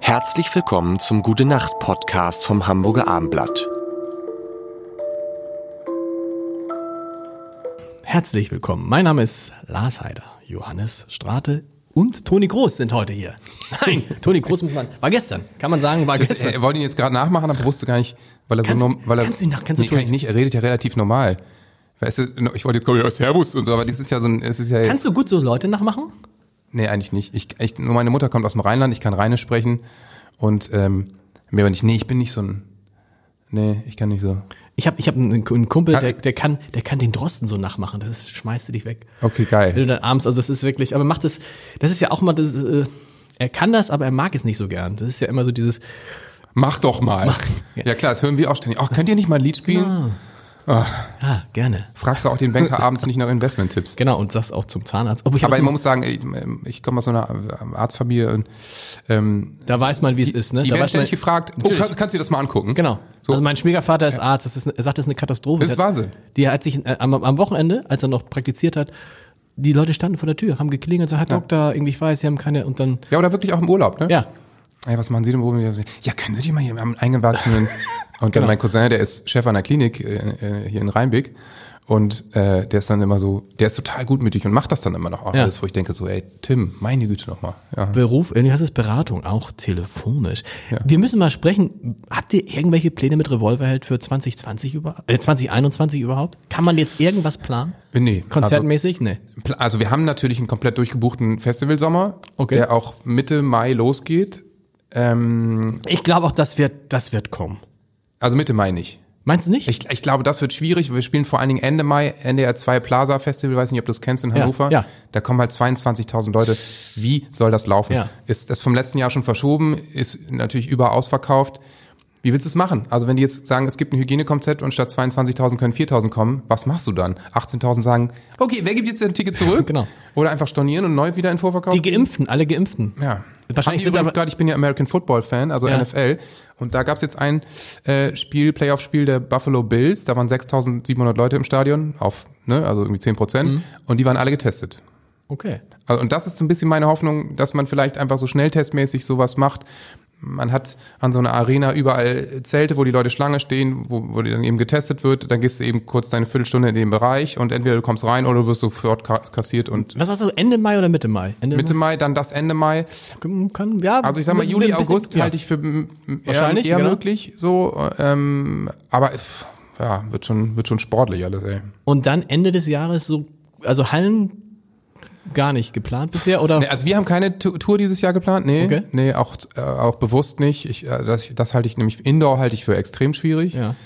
Herzlich willkommen zum Gute Nacht Podcast vom Hamburger Armblatt. Herzlich willkommen. Mein Name ist Lars Heider, Johannes Strate und Toni Groß sind heute hier. Nein, Toni Groß muss man, war gestern, kann man sagen, war Das, äh, gestern. er wollte ihn jetzt gerade nachmachen, aber wusste gar nicht, weil er Kannst- so norm- weil er, kannst du ihn nach- kannst du nee, kann tun. ich nicht, er redet ja relativ normal. Weißt du, no- ich wollte jetzt kommen, ja, Servus und so, aber das ist ja so ein, es ist ja jetzt, Kannst du gut so Leute nachmachen? nee, eigentlich nicht. Ich, ich, nur meine Mutter kommt aus dem Rheinland, ich kann Rheinisch sprechen und, ähm, mir aber nicht, nee, ich bin nicht so ein, nee, ich kann nicht so. Ich habe ich hab einen, einen Kumpel, Ah. der, der, kann, der kann den Drosten so nachmachen. Das ist, schmeißt du dich weg. Okay, geil. Wenn du dann abends, also das ist wirklich, aber macht das, das ist ja auch mal das, äh, er kann das, aber er mag es nicht so gern. Das ist ja immer so dieses, Mach doch mal. ja. ja. klar, das hören wir auch ständig. Ach, könnt ihr nicht mal ein Lied spielen? Genau. ja, ah, gerne. Fragst du auch den Banker abends nicht nach Investmenttipps. Genau, und das auch zum Zahnarzt. Obwohl ich Aber hab's- man muss sagen, ich, ähm, ich komme aus so einer ähm, Arztfamilie und ähm, da weiß man, wie es ist, ne? die da werden weiß man, ständig gefragt, oh, Natürlich. kannst, kannst du dir das mal angucken? Genau. So. Also mein Schwiegervater ist Arzt. Das ist, er sagt, das ist eine Katastrophe. Das ist Der hat- Wahnsinn. Die hat sich äh, am, am Wochenende, als er noch praktiziert hat, die Leute standen vor der Tür, haben geklingelt, gesagt, Herr Doktor, irgendwie ich weiß, Sie haben keine und dann Ja, oder wirklich auch im Urlaub, ne? ja. Ey, was machen Sie denn, wo wir Ja, können Sie die mal hier am eingewachsenen. Genau. Und dann mein Cousin, der ist Chef einer Klinik äh, äh, hier in Rheinbeck. Und äh, der ist dann immer so, der ist total gutmütig und macht das dann immer noch auch Ja. alles, wo ich denke so, ey, Tim, meine Güte nochmal. Ja. Beruf, äh, nee, das ist Beratung, auch telefonisch. Wir müssen mal sprechen. Habt ihr irgendwelche Pläne mit Revolverheld für 2020 über, äh, 2021 überhaupt? Kann man jetzt irgendwas planen? Äh, Nee, Konzertmäßig? nee. Pla- Also wir haben natürlich einen komplett durchgebuchten Festivalsommer, Okay. der auch Mitte Mai losgeht. Ich glaube auch, das wird, das wird kommen. Also Mitte Mai nicht. Meinst du nicht? Ich, ich glaube, das wird schwierig. Wir spielen vor allen Dingen Ende Mai, NDR 2 Plaza Festival, weiß nicht, ob du das kennst in Ja, Hannover. ja. Da kommen halt 22.000 Leute. Wie soll das laufen? Ja. Ist das vom letzten Jahr schon verschoben? Ist natürlich überausverkauft. Wie willst du es machen? Also wenn die jetzt sagen, es gibt ein Hygienekonzept und statt 22.000 können 4.000 kommen, was machst du dann? 18.000 sagen, okay, wer gibt jetzt ein Ticket zurück? Genau. Oder einfach stornieren und neu wieder in Vorverkauf? die Geimpften, alle Geimpften. Ja. Wahrscheinlich Wahrscheinlich sind übrigens aber- gerade, ich bin ja American Football Fan, also Ja. NFL. Und da gab es jetzt ein äh, Spiel, Playoff-Spiel der Buffalo Bills. Da waren 6.700 Leute im Stadion, auf, ne, also irgendwie 10 Prozent. Mhm. Und die waren alle getestet. Okay. Also, und das ist so ein bisschen meine Hoffnung, dass man vielleicht einfach so schnelltestmäßig sowas macht. Man hat an so einer Arena überall Zelte, wo die Leute Schlange stehen, wo, wo die dann eben getestet wird. Dann gehst du eben kurz deine Viertelstunde in den Bereich und entweder du kommst rein oder du wirst sofort ka- kassiert. Und Was hast du, Ende Mai oder Mitte Mai? Ende Mitte Mai, dann das Ende Mai. Mai? Kann, ja, Also ich sag mal, mit- Juli, mit ein bisschen- August halte ich für m- m- eher, Wahrscheinlich, eher genau. möglich, so, ähm, aber pff, ja, wird schon, wird schon sportlich alles, ey. Und dann Ende des Jahres so, also Hallen gar nicht geplant bisher oder? Nee, also wir haben keine Tu- Tour dieses Jahr geplant, nee, Okay. nee, auch, äh, auch bewusst nicht. Ich, äh, das, das halte ich nämlich, Indoor halte ich für extrem schwierig. ja.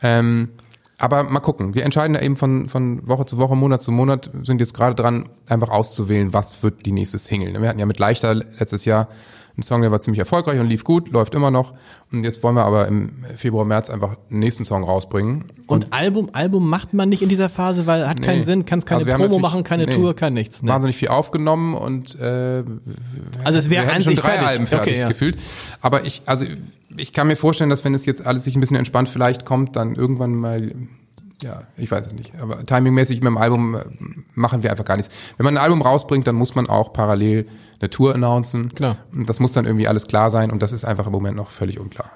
Ähm, aber mal gucken. Wir entscheiden da eben von, von Woche zu Woche, Monat zu Monat, sind jetzt gerade dran, einfach auszuwählen, was wird die nächste Single. Wir hatten ja mit Leichter letztes Jahr einen Song, der war ziemlich erfolgreich und lief gut, läuft immer noch. Und jetzt wollen wir aber im Februar, März einfach den nächsten Song rausbringen. Und, Album, Album macht man nicht in dieser Phase, weil hat keinen Nee. Sinn, kannst keine Also wir haben Promo natürlich- machen, keine nee. Tour, kann nichts. ne? Nee. Wahnsinnig viel aufgenommen und äh, Also es wir wäre hätten an schon sich drei fertig. Alben fertig okay, ja. gefühlt. Aber ich, also ich kann mir vorstellen, dass wenn es jetzt alles sich ein bisschen entspannt, vielleicht kommt dann irgendwann mal, ja, ich weiß es nicht. Aber timingmäßig mit dem Album äh, machen wir einfach gar nichts. Wenn man ein Album rausbringt, dann muss man auch parallel eine Tour announcen. Klar. Und das muss dann irgendwie alles klar sein und das ist einfach im Moment noch völlig unklar.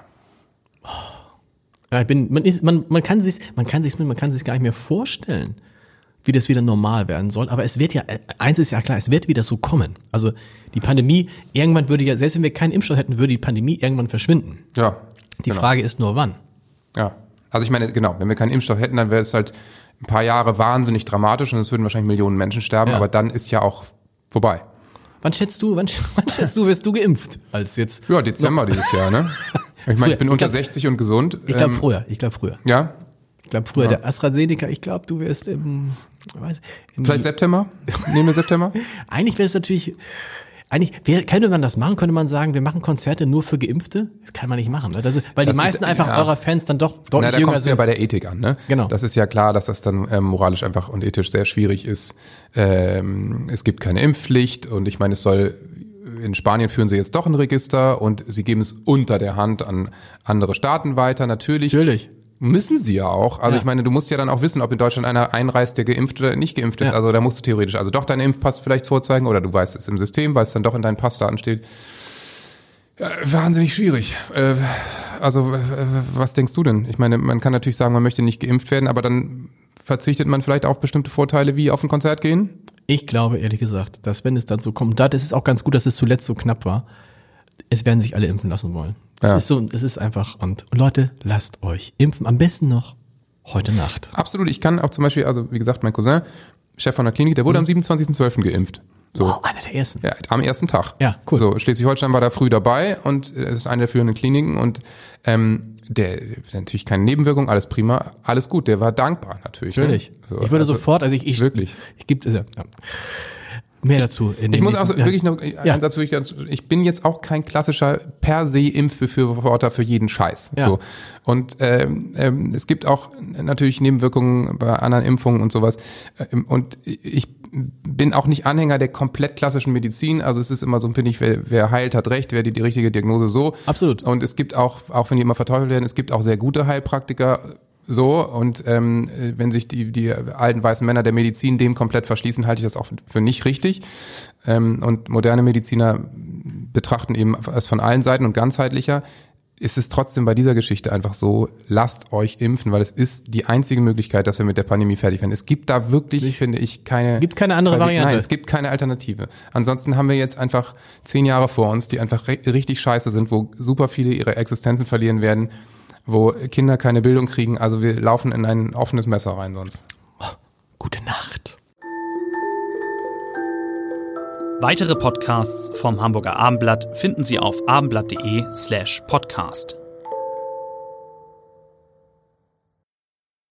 Ja, ich bin, man, ist, man, man kann sich, man kann sich, man kann sich gar nicht mehr vorstellen, wie das wieder normal werden soll. Aber es wird ja, äh, eins ist ja klar, es wird wieder so kommen. Also die Pandemie, irgendwann würde ja, selbst wenn wir keinen Impfstoff hätten, würde die Pandemie irgendwann verschwinden. Ja. Die Genau. Frage ist nur wann. Ja. Also ich meine, genau, wenn wir keinen Impfstoff hätten, dann wäre es halt ein paar Jahre wahnsinnig dramatisch und es würden wahrscheinlich Millionen Menschen sterben, Ja. aber dann ist ja auch vorbei. Wann schätzt du, wann, sch- wann schätzt du, wirst du geimpft? Als jetzt. Ja, Dezember dieses Jahr, ne? Ich meine, ich bin Ich unter glaub- 60 und gesund. Ich glaube ähm, früher, ich glaube früher. ja, Ich glaube früher der AstraZeneca, ich glaube, du wärst im, weiß, im vielleicht September. Nehmen wir September. Eigentlich wäre es natürlich eigentlich wer, könnte man das machen, könnte man sagen, wir machen Konzerte nur für geimpfte? Das kann man nicht machen, ne? das ist, weil Das die ist- meisten einfach ja. eurer Fans dann doch Na, deutlich da jünger kommst du ja sind. bei der Ethik an, ne? Genau. Das ist ja klar, dass das dann ähm, moralisch einfach und ethisch sehr schwierig ist. Ähm, es gibt keine Impfpflicht und ich meine, es soll in Spanien führen sie jetzt doch ein Register und sie geben es unter der Hand an andere Staaten weiter, natürlich. Natürlich. Müssen sie ja auch. Also Ja. ich meine, du musst ja dann auch wissen, ob in Deutschland einer einreist, der geimpft oder nicht geimpft ist. Ja. Also da musst du theoretisch also doch deinen Impfpass vielleicht vorzeigen oder du weißt es im System, weil es dann doch in deinen Passdaten steht. Äh, wahnsinnig schwierig. Äh, also, äh, was denkst du denn? Ich meine, man kann natürlich sagen, man möchte nicht geimpft werden, aber dann verzichtet man vielleicht auf bestimmte Vorteile wie auf ein Konzert gehen? Ich glaube ehrlich gesagt, dass wenn es dann so kommt, da das ist auch ganz gut, dass es zuletzt so knapp war. Es werden sich alle impfen lassen wollen. Es Ja. ist so, es ist einfach und Leute, lasst euch impfen, am besten noch heute Nacht. Absolut. Ich kann auch zum Beispiel, also wie gesagt, mein Cousin, Chef von der Klinik, der wurde Mhm. am 27.12. geimpft. So. Oh, einer der ersten. Ja, am ersten Tag. Ja, cool. So, Schleswig-Holstein war da früh dabei und äh, es ist eine der führenden Kliniken und ähm, der natürlich keine Nebenwirkung, alles prima, alles gut. Der war dankbar natürlich. Natürlich. Ne? ich würde also, sofort, also ich, ich Wirklich. Ich gibt ja, ja. mehr dazu. In Ich den muss auch nächsten- so- wirklich noch äh, Ja. einen Satz wirklich ganz, ich bin jetzt auch kein klassischer per se Impfbefürworter für jeden Scheiß. Ja. So. Und ähm, ähm, es gibt auch natürlich Nebenwirkungen bei anderen Impfungen und sowas. Ähm, Und ich bin auch nicht Anhänger der komplett klassischen Medizin. Also es ist immer so, finde ich, wer, wer heilt, hat recht, wer die, die richtige Diagnose so. Absolut. Und es gibt auch, auch wenn die immer verteufelt werden, es gibt auch sehr gute Heilpraktiker. So, und ähm, äh, wenn sich die, die alten weißen Männer der Medizin dem komplett verschließen, halte ich das auch für nicht richtig. Ähm, und moderne Mediziner betrachten eben es von allen Seiten und ganzheitlicher. Ist es trotzdem bei dieser Geschichte einfach so, lasst euch impfen, weil es ist die einzige Möglichkeit, dass wir mit der Pandemie fertig werden. Es gibt da wirklich, finde ich, keine. Gibt keine andere zwei Wege. Variante. Nein, es gibt keine Alternative. Ansonsten haben wir jetzt einfach zehn Jahre vor uns, die einfach ri- richtig scheiße sind, wo super viele ihre Existenzen verlieren werden, wo Kinder keine Bildung kriegen. Also wir laufen in ein offenes Messer rein sonst. Gute Nacht. Weitere Podcasts vom Hamburger Abendblatt finden Sie auf abendblatt.de slash podcast.